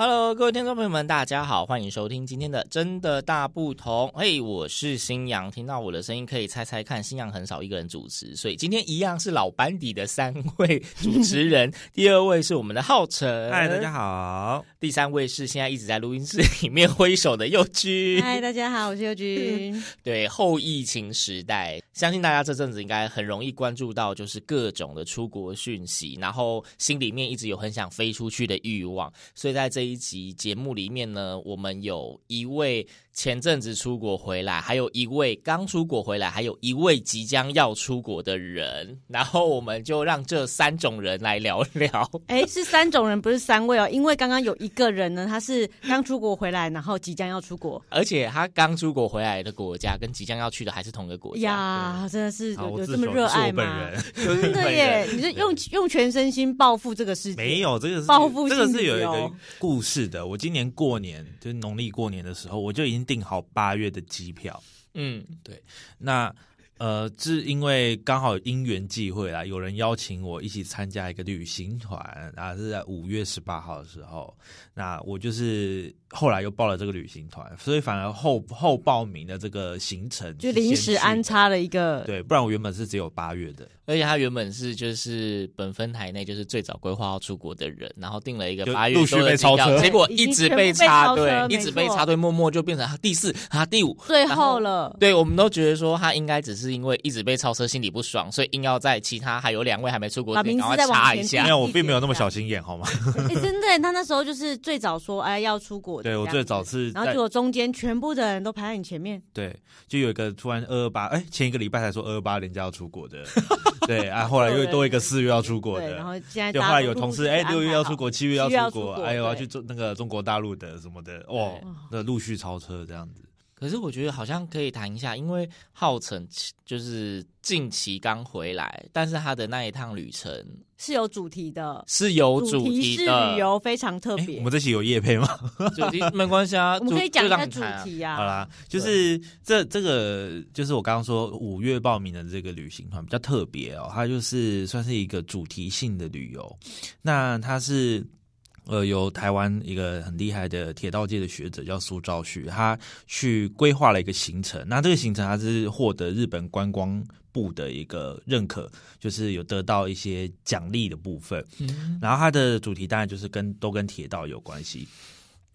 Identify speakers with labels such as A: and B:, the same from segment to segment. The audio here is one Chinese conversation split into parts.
A: Hello，各位听众朋友们，大家好，欢迎收听今天的《真的大不同》。嘿，我是新阳，听到我的声音可以猜猜看，新阳很少一个人主持，所以今天一样是老班底的三位主持 人。第二位是我们的浩辰，
B: 嗨，大家
A: 好；
B: 好。
A: 第三位是现在一直在录音室里面挥手的佑居。
C: 嗨，大家好，我是佑君。
A: 对后疫情时代，相信大家这阵子应该很容易关注到，就是各种的出国讯息，然后心里面一直有很想飞出去的欲望。所以在这一集节目里面呢，我们有一位前阵子出国回来，还有一位刚出国回来，还有一位即将要出国的人。然后我们就让这三种人来聊聊。
C: 哎，是三种人，不是三位哦，因为刚刚有一个人呢，他是刚出国回来，然后即将要出国
A: 而且他刚出国回来的国家跟即将要去的还是同一个国家。
C: 呀，真的是
B: 好，
C: 有
B: 我
C: 有
B: 自
C: 这么
B: 首
C: 热
B: 是
C: 爱
B: 我本
C: 吗？
B: 人
C: 真的耶，你是用用全身心报复这个世界？
B: 没有这个 是
C: 报复
B: 这个
C: 性
B: 是有一
C: 旅
B: 个
C: 游
B: 故事的。我今年过年，就是农历过年的时候，我就已经订好八月的机票。
A: 嗯，
B: 那呃，是因为刚好因缘际会啦，有人邀请我一起参加一个旅行团，然后是在五月十八号的时候，那我就是后来又报了这个旅行团，所以反而后后报名的这个行程
C: 就是临
B: 先
C: 时
B: 去
C: 安
B: 的。
C: 插了一个。
B: 对，不然我原本是只有八月的，
A: 而且他原本是就是本分台内就是最早规划要出国的人，然后定了一个
B: 就
A: 八月
B: 陆续
A: 多的
B: 被
A: 机
B: 超
A: 票
B: 车
A: 结果
C: 已
A: 一
C: 经
A: 直
C: 全部
A: 被
C: 被
A: 插
C: 超车
A: 队，
C: 没
A: 一直被
C: 错
A: 插队，默默就变成他第四啊第五。
C: 最
A: 然
C: 后了，
A: 对我们都觉得说他应该只是因为一直被超车，心里不爽，所以硬要在其他还有两位还没出国
C: 把
A: 之前
C: 名
A: 赶
C: 字
A: 快
C: 再往
A: 插
C: 前
A: 一
C: 呀
B: 因
C: 进
A: 下
B: 为。我并没有那么小心眼，好吗？
C: 哎，真的耶，他那时候就是最早说哎要出国这
B: 对
C: 样，
B: 我最早是
C: 然
B: 在
C: 后结果中间全部的人都排在你前面，
B: 对，就有一个突然二二八，哎，前一个礼拜才说二二八人家要出 国的，对啊，后来又多一个四月要出国
C: 对，
B: 的，
C: 然后现在
B: 就
C: 大
B: 后
C: 家
B: 来
C: 都
B: 有
C: 陆
B: 同
C: 陆
B: 事
C: 续续
B: 哎，
C: 安
B: 六月
C: 排
B: 要
C: 好
B: 出国，七月
C: 七月
B: 要
C: 要
B: 出
C: 出
B: 国，
C: 国
B: 哎呦要
C: 对
B: 去做那个中国大陆的什么的，哦，那陆续超车这样子。
A: 可是我觉得好像可以谈一下，因为浩辰就是近期刚回来，但是他的那一趟旅程
C: 是有主题的，
A: 是有主
C: 题
A: 题
C: 是
A: 的，
C: 旅游，非常特
B: 哎，
C: 别
B: 我。们这期有夜配吗？
A: 主题没关系啊，
C: 我们可以
A: 主
C: 讲
A: 就
C: 一
A: 让
C: 下
A: 你
C: 主
A: 谈啊
C: 题啊。
B: 好啦，就是这这个就是我刚刚说五月报名的这个旅行团比较特别哦，它就是算是一个主题性的旅游。那它是呃由台湾一个很厉害的铁道界的学者叫苏兆旭，他去规划了一个行程。那这个行程他是获得日本观光部的一个认可，就是有得到一些奖励的部分。然后它的主题当然就是跟都跟铁道有关系。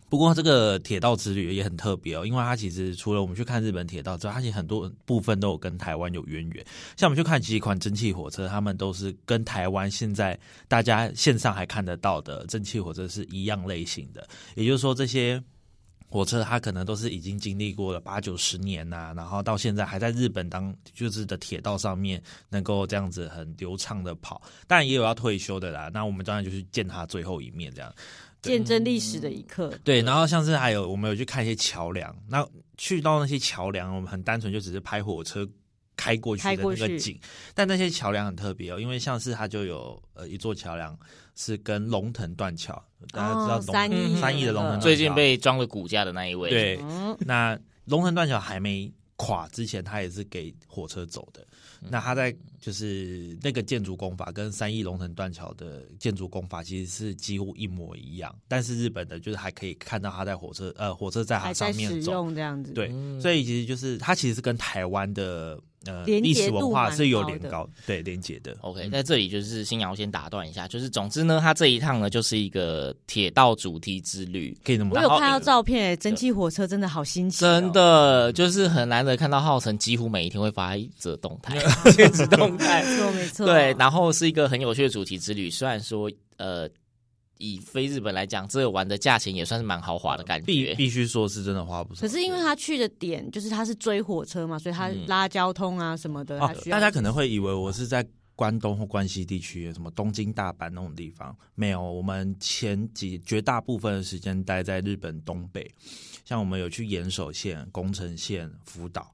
B: 不过这个铁道之旅也很特别哦，因为它其实除了我们去看日本铁道之外，它其实很多部分都有跟台湾有渊源。像我们去看几款蒸汽火车，他们都是跟台湾现在大家线上还看得到的蒸汽火车是一样类型的，也就是说这些。火车它可能都是已经经历过了八九十年呐、然后到现在还在日本当就是的铁道上面能够这样子很流畅的跑，当然也有要退休的啦。那我们当然就去见他最后一面这样。
C: 见证历史的一刻。
B: 对，然后像是还有我们有去看一些桥梁，那去到那些桥梁，我们很单纯就只是拍火车开过去
C: 开
B: 的
C: 过
B: 那个
C: 去
B: 景，但那些桥梁很特别哦，因为像是它就有呃一座桥梁是跟龙腾断桥，大家知道
C: 哦
B: 龙、
C: 三
A: 义
B: 三义的
C: 那
B: 龙
C: 个
B: 腾断桥
A: 最近被装了骨架的那一位，
B: 对，
C: 嗯，
B: 那龙腾断桥还没垮之前，它也是给火车走的。
C: 嗯
B: 那它在就是那个建筑工法跟三义龙腾断桥的建筑工法其实是几乎一模一样，但是日本的就是还可以看到它在火车呃火车在它
C: 还
B: 上
C: 在
B: 面
C: 使
B: 走。
C: 用这嗯样子。
B: 对，所以其实就是它其实是跟台湾的呃
C: 连结
B: 历史文化是有
C: 度蛮
B: 连
C: 高
B: 高对连结的。嗯
A: OK，在这里就是新瑶先打断一下，就是总之呢，他这一趟呢就是一个铁道主题之旅，
B: 可以那么
C: 我
B: 说
C: 有看到照片、诶蒸汽火车真的好新奇、哦
A: 真。的就是很难得看到浩辰几乎每一天会发一则动态，现实动态，
C: 没错没错，
A: 对，然后是一个很有趣的主题之旅，虽然说呃。以飞日本来讲，这个玩的价钱也算是蛮豪华的感
B: 嗯必
A: 觉。
B: 必须说是真的花不少。
C: 可是因为他去的点就是他是追火车嘛，所以他拉交通啊什么的，
B: 嗯哦
C: 他，需要
B: 大家可能会以为我是在关东或关西地区，什么东京、大阪那种地方，没有。我们前几绝大部分的时间待在日本东北，像我们有去岩手县、宫城县、福岛，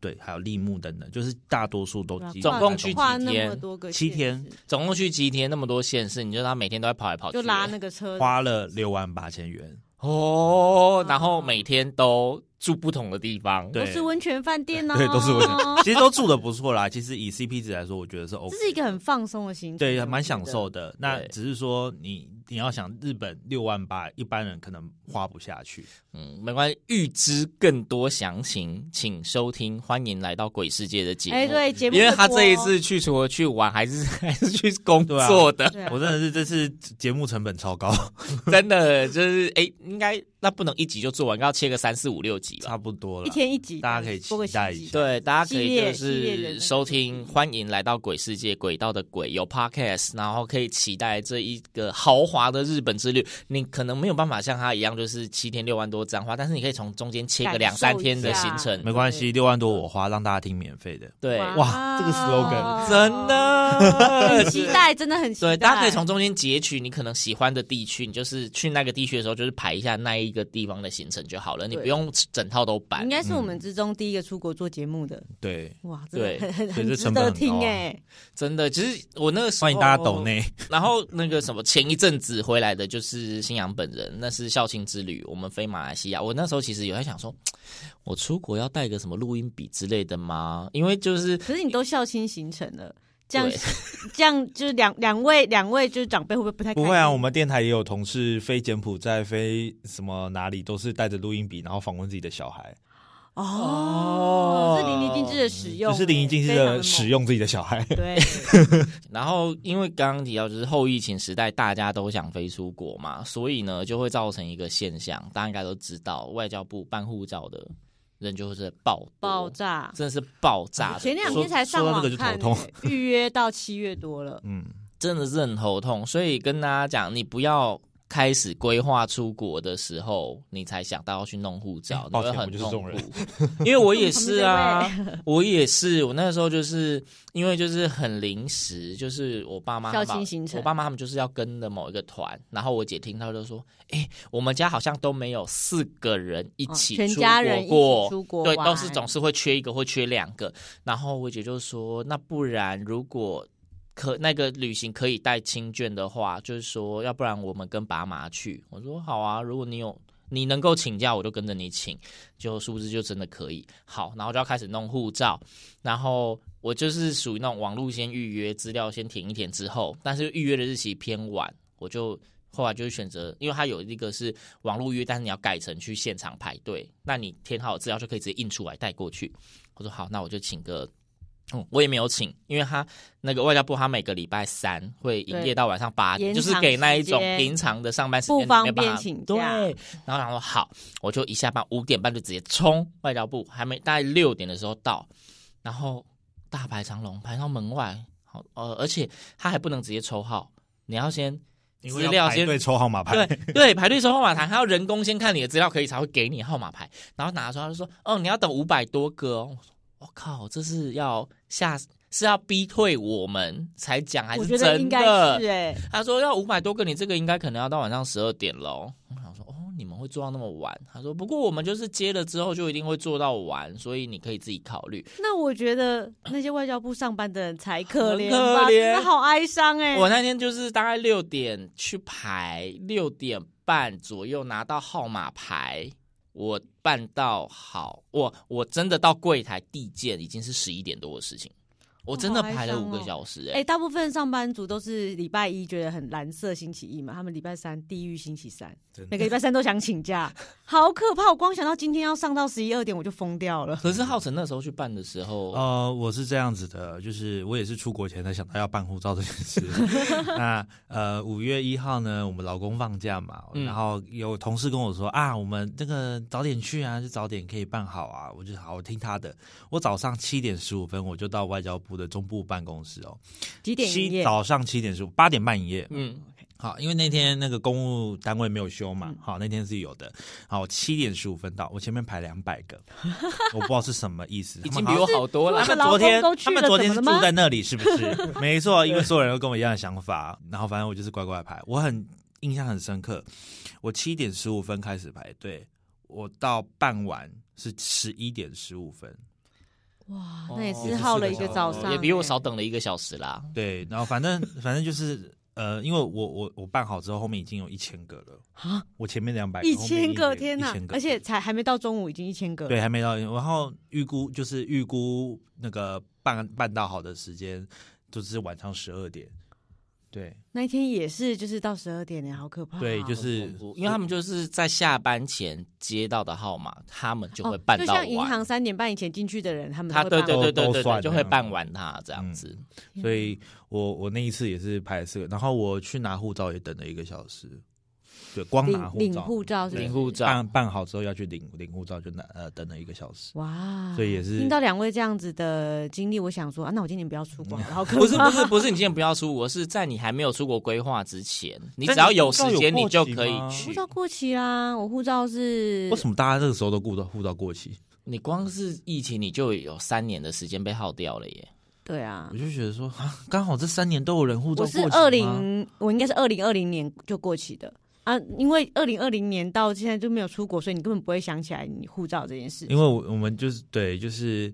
B: 对，还有立木等等，就是大多数都
C: 对啊
B: 集中
C: 跨
A: 总共
B: 在
A: 去
B: 东
C: 跨
A: 几
C: 那么
A: 天
C: 多个
B: 七
C: 县
B: 天
C: 市，
A: 总共去几天那么多县市，你就他每天都在跑来跑去，
C: 就拉那个车
B: 花了六万八千元。
A: 哦，然后每天都住不同的地方，
B: 对
C: 都是温泉饭店哦，
B: 对，都是我想，其实都住的不错啦。其实以 CP 值来说，我觉得是 OK，
C: 这是一个很放松的行程，
B: 对，蛮
C: 我
B: 享
C: 觉得
B: 受的。那
A: 对
B: 只是说你你要想日本六万八，一般人可能花不下去。
A: 嗯，没关系。预知更多详情，请收听《欢迎来到鬼世界》的节目。
C: 哎，对，节目
A: 因为
C: 是
A: 他
C: 播
A: 这一次去除了去玩， 还是还是去工
B: 对啊
A: 作的，
C: 对啊
B: 我真的是这次节目成本超高，
A: 真的就是哎、应该那不能一集就做完，要切个三四五六集吧。
B: 差不多了。
C: 一天一集，
B: 大家可以
C: 播个
B: 期待
C: 新集
B: 一下
A: 对，大家可
C: 系
A: 以
C: 列
A: 就
C: 系列人生
A: 是收听，欢迎来到鬼世界，轨道的鬼有 podcast，然后可以期待这一个豪华的日本之旅。你可能没有办法像他一样，就是七天六万多张花，但是你可以从中间切个
C: 感
A: 两三
C: 受一
A: 天的
C: 下
A: 行程，
B: 没关系，六万多我花，让大家听免费的。
A: 对，
B: 哎哇这个 slogan
A: 真，的
C: 哦 很期。待，真的很期待。
A: 对，大家可以从中间截取你可能喜欢的地区，你就是去那个地区的时候，就是排一下那一个地方的行程就好了，你
C: 对嗯
A: 不用整套都摆
C: 应。该是我们之中第一个出国做节目的，
B: 对，
C: 哇，真的
A: 对
C: 很很
B: 所以
C: 很
B: 这
C: 值
B: 成本
C: 得
B: 很高
C: 听
B: 啊
C: 哎，
A: 真的，其实我那个时候
B: 欢迎大家抖内。
A: 然后那个什么，前一阵子回来的就是新阳本人，那是校庆之旅，我们飞马来西亚。我那时候其实有在想说，我出国要带个什么录音笔之类的吗？因为就是
C: 可是你都孝亲行程了，这样
A: 对
C: 这样就是两两位两位就是长辈会不会不太开
B: 不
C: 心
B: 会啊，我们电台也有同事飞柬埔寨、飞什么哪里，都是带着录音笔，然后访问自己的小孩，
C: 哦，是淋漓尽致的使用，欸
B: 就是淋漓尽致
C: 非常
B: 的使用自己的小孩。
C: 猛。对，
A: 然后，因为刚刚提到就是后疫情时代，大家都想飞出国嘛，所以呢，就会造成一个现象，大家应该都知道，外交部办护照的人就是爆多
C: 爆， 炸。
A: 真的是爆炸的
C: 前两
A: 多
C: 天才上
B: 说到这
C: 网
B: 个就
C: 看、
B: 头。
C: 欸预约到七月多 了哦
B: 嗯，
A: 真的是很头痛。所以跟大家讲，你不要。开始规划出国的时候，你才想到要去弄护照，你
B: 抱
A: 会
B: 歉
A: 很
B: 我就是这
A: 痛
B: 种
A: 苦。 因为我也是啊
C: 我，
A: 我也是，我那时候就是因为就是很临时，就是我爸妈他们
C: 校庆行程
A: 我爸妈他们就是要跟的某一个团，然后我姐听到就说：“哎、我们家好像都没有四个人一起
C: 哦全
A: 出
C: 家
A: 国
C: 人一起
A: 过
C: 出国
A: 对，
C: 玩
A: 都是总是会缺一个或缺两个。”然后我姐就说：“那不然如果。”可那个旅行可以带亲眷的话，就是说，要不然我们跟爸妈去。我说好啊，如果你有你能够请假，我就跟着你请。就殊不知就真的可以。好，然后就要开始弄护照，然后我就是属于那种网络先预约，资料先填一填之后，但是预约的日期偏晚，我就后来就选择，因为它有一个是网络预约，但是你要改成去现场排队，那你填好资料就可以直接印出来带过去。我说好，那我就请个。嗯，我也没有请，因为他那个外交部，他每个礼拜三会营业
C: 对
A: 到晚上八点，
C: 延
A: 就是
C: 长
A: 给那一
C: 时
A: 种
C: 间
A: 平常的上班时间
C: 不
A: 你
C: 方
A: 没办
C: 便
A: 法
C: 请
A: 对
C: 假，
A: 然后想说好，我就一下班五点半就直接冲外交部，还没大概六点的时候到，然后大排长龙排到门外，好呃，而且他还不能直接抽号，你要先资料先
B: 对抽号码牌
A: 对，对排队抽号码牌，还要人工先看你的资料可以才会给你号码牌，然后拿出来就说哦你要等五百多个哦，我说我靠这是要吓是要逼退我们才讲还
C: 我觉
A: 是真
C: 得
A: 的？
C: 应该是哎、
A: 他说要五百多个，你这个应该可能要到晚上十二点喽。我想说，哦，你们会做到那么晚？他说，不过我们就是接了之后就一定会做到晚，所以你可以自己考虑。
C: 那我觉得那些外交部上班的人才可怜
A: 很
C: 吧，
A: 可怜
C: 真的好哀伤哎、
A: 我那天就是大概六点去排，六点半左右拿到号码牌，我办到好，我我真的到柜台递件已经是十一点多的事情，我真的
C: 哇好哀
A: 排了
C: 伤
A: 五个
C: 哦
A: 小时、
C: 哎、
A: 哎、
C: 大部分上班族都是礼拜一觉得很蓝色星期一嘛，他们礼拜三地狱星期三
B: 真的，
C: 每个礼拜三都想请假，好可怕！我光想到今天要上到十一二点，我就疯掉了。
A: 可是浩辰那时候去办的时候，
B: 呃，我是这样子的，就是我也是出国前才想到要办护照这件事。那呃，五月一号呢，我们老公放假嘛，
A: 嗯
B: 然后有同事跟我说啊，我们这个早点去啊，就早点可以办好啊。我就好，我听他的。我早上七点十五分我就到外交部的中部办公室哦，
C: 几点营
B: 七
C: 业？
B: 早上七点十五，八点半营业。
A: 嗯，
B: 好，因为那天那个公务单位没有休嘛，好，那天是有的。好，七点十五分到，我前面排两百个，我不知道是什么意思，
A: 已
B: 他
A: 经比
B: 们好
A: 我好多了
C: 他。们
B: 昨天
C: 老公都去
B: 他
C: 了
B: 们昨天是
C: 怎
B: 住
C: 么了吗
B: 在那里，是不是？ 没错，因为所有人都跟我一样的想法。然后反正我就是乖乖排，我很印象很深刻。我七点十五分开始排队，我到傍晚是十一点十五分。
C: 啊哇，那也
A: 哦
C: 是耗了一个早上、欸
A: 也比我少。等了一个小时啦。
B: 对，然后反正反正就是呃，因为我我我办好之后，后面已经有一千个了
C: 啊，
B: 我前面两百
C: 一千个，天
B: 哪
C: 哪！！而且才还没到中午，已经一千个。
B: 对，还没到。然后预估就是预估那个办办到好的时间，就是晚上十二点。对
C: 那一天也是，就是到十二点呢，好可怕哦。
B: 对，就是
A: 恐怖因为他们就是在下班前接到的号码，他们就会
C: 哦
A: 办
C: 就
A: 到
C: 像
A: 晚。
C: 银行三点半以前进去的人，他们
A: 他
C: 都
A: 对
C: 会办
A: 对对
B: 都
A: 对
B: 都
A: 对
B: 算
A: 对，就会
B: 那样嗯
A: 办完它这样子。
B: 所以我我那一次也是排了四个，然后我去拿护照也等了一个小时，对，光拿
C: 领
B: 护
C: 领
B: 照，
C: 护照是不
A: 领
C: 是？
A: 护照，
B: 办办好之后要去领领护照，就拿呃等了一个小时。
C: 哇！
B: 所以也是
C: 听到两位这样子的经历，我想说啊，那我今年不要出国，好可怕。
A: 不是 不是不是，你今天不要出国，是在你还没有出国规划之前，你只要有时间你就可以
C: 护
A: 去。
C: 照过期啦，我护照是
B: 为什么大家这个时候都顾到护照过期？
A: 你光是疫情，你就有三年的时间被耗掉了耶。
C: 对啊
B: 我，就觉得说，啊刚好这三年都有人护照
C: 我
B: 过期
C: 是
B: 吗
C: 二零，我应该是二零二零年就过期的啊，因为二零二零年到现在就没有出国，所以你根本不会想起来你护照这件事。
B: 因为我我们就是对，就是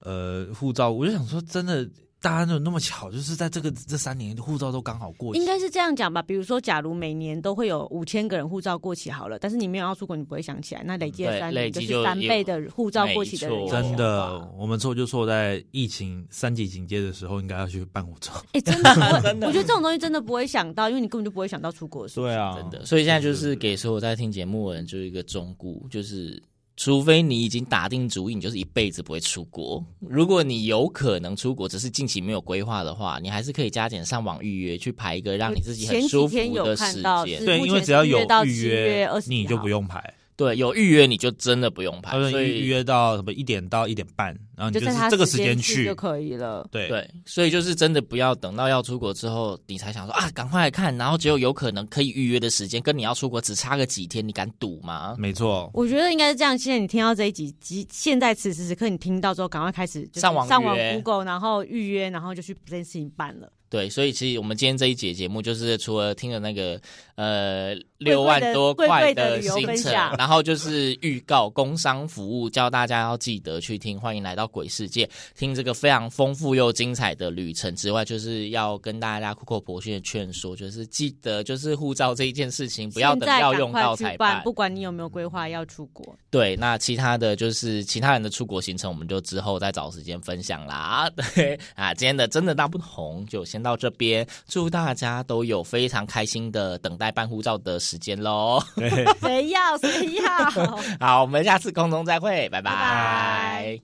B: 呃，护照，我就想说，真的，大家都有那么巧，就是在这个这三年，护照都刚好过期，
C: 应该是这样讲吧，比如说，假如每年都会有五千个人护照过期好了，但是你没有要出国，你不会想起来，那累积了
A: 对
C: 三
A: 累
C: 年，
A: 积
C: 是
A: 就
C: 三
A: 有
C: 倍的护照过期的人
A: 没
C: 有
A: 错
C: 想法。
B: 真的，我们错就错在疫情三级警戒的时候，应该要去办护照。
C: 哎、真的，我我觉得这种东西真的不会想到，因为你根本就不会想到出国的事。
B: 对啊
A: 真的。所以现在就是给所有在听节目的人，就是一个忠告，就是除非你已经打定主意，你就是一辈子不会出国。如果你有可能出国，只是近期没有规划的话，你还是可以加减上网预约，去排一个让你自己
C: 前
A: 很
C: 几
A: 舒服
C: 天有
A: 的
C: 看
A: 时
C: 到
A: 间
C: 是。
B: 对，
C: 目
B: 因为
C: 前
B: 只要
C: 是
B: 有
C: 约到
B: 预
C: 7
B: 约
C: 月20，
B: 你就不
C: 号
B: 用排。
A: 对，有预约你就真的不用排
B: 他，
C: 哦
B: 说
A: 啊所以
B: 预约到什么一点到一点半，然后你
C: 就在
B: 是
C: 他
B: 这个时
C: 时
B: 间
C: 去
B: 去
C: 就。可以了。
B: 对，
A: 对，所以就是真的不要等到要出国之后，你才想说啊，赶快来看，然后只有有可能可以预约的时间，跟你要出国只差个几天，你敢赌吗？
B: 没错。
C: 我觉得应该是这样。现在你听到这一集，即现在此时此刻你听到之后，赶快开始就是
A: 上网
C: 上网
A: 约
C: Google，然后预约，然后就去把这件事情办了。
A: 对，所以其实我们今天这一节节目，就是除了听了那个呃六万多
C: 贵
A: 块
C: 贵的旅游
A: 行
C: 分
A: 程，
C: 享
A: 然后就是预告工商服务，教大家要记得去听。欢迎来到鬼世界，听这个非常丰富又精彩的旅程之外，就是要跟大家苦口婆心的劝说，就是记得就是护照这一件事情，不要等
C: 现在
A: 要
C: 赶
A: 用
C: 快
A: 到
C: 去
A: 才
C: 办，不管你有没有规划要出国。
A: 对，那其他的就是其他人的出国行程，我们就之后再找时间分享啦。 对啊，今天的真的大不同就先到这边，祝大家都有非常开心的等待办护照的时间喽。
B: 对。
C: 谁要谁要？
A: 好，我们下次空中再会，拜
C: 拜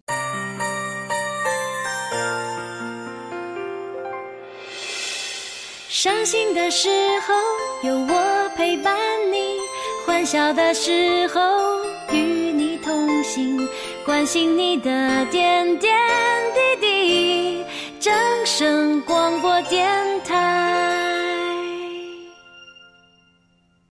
D: 伤心的时候有我陪伴你，欢笑的时候与你同行，关心你的点点滴滴。掌声广播电台。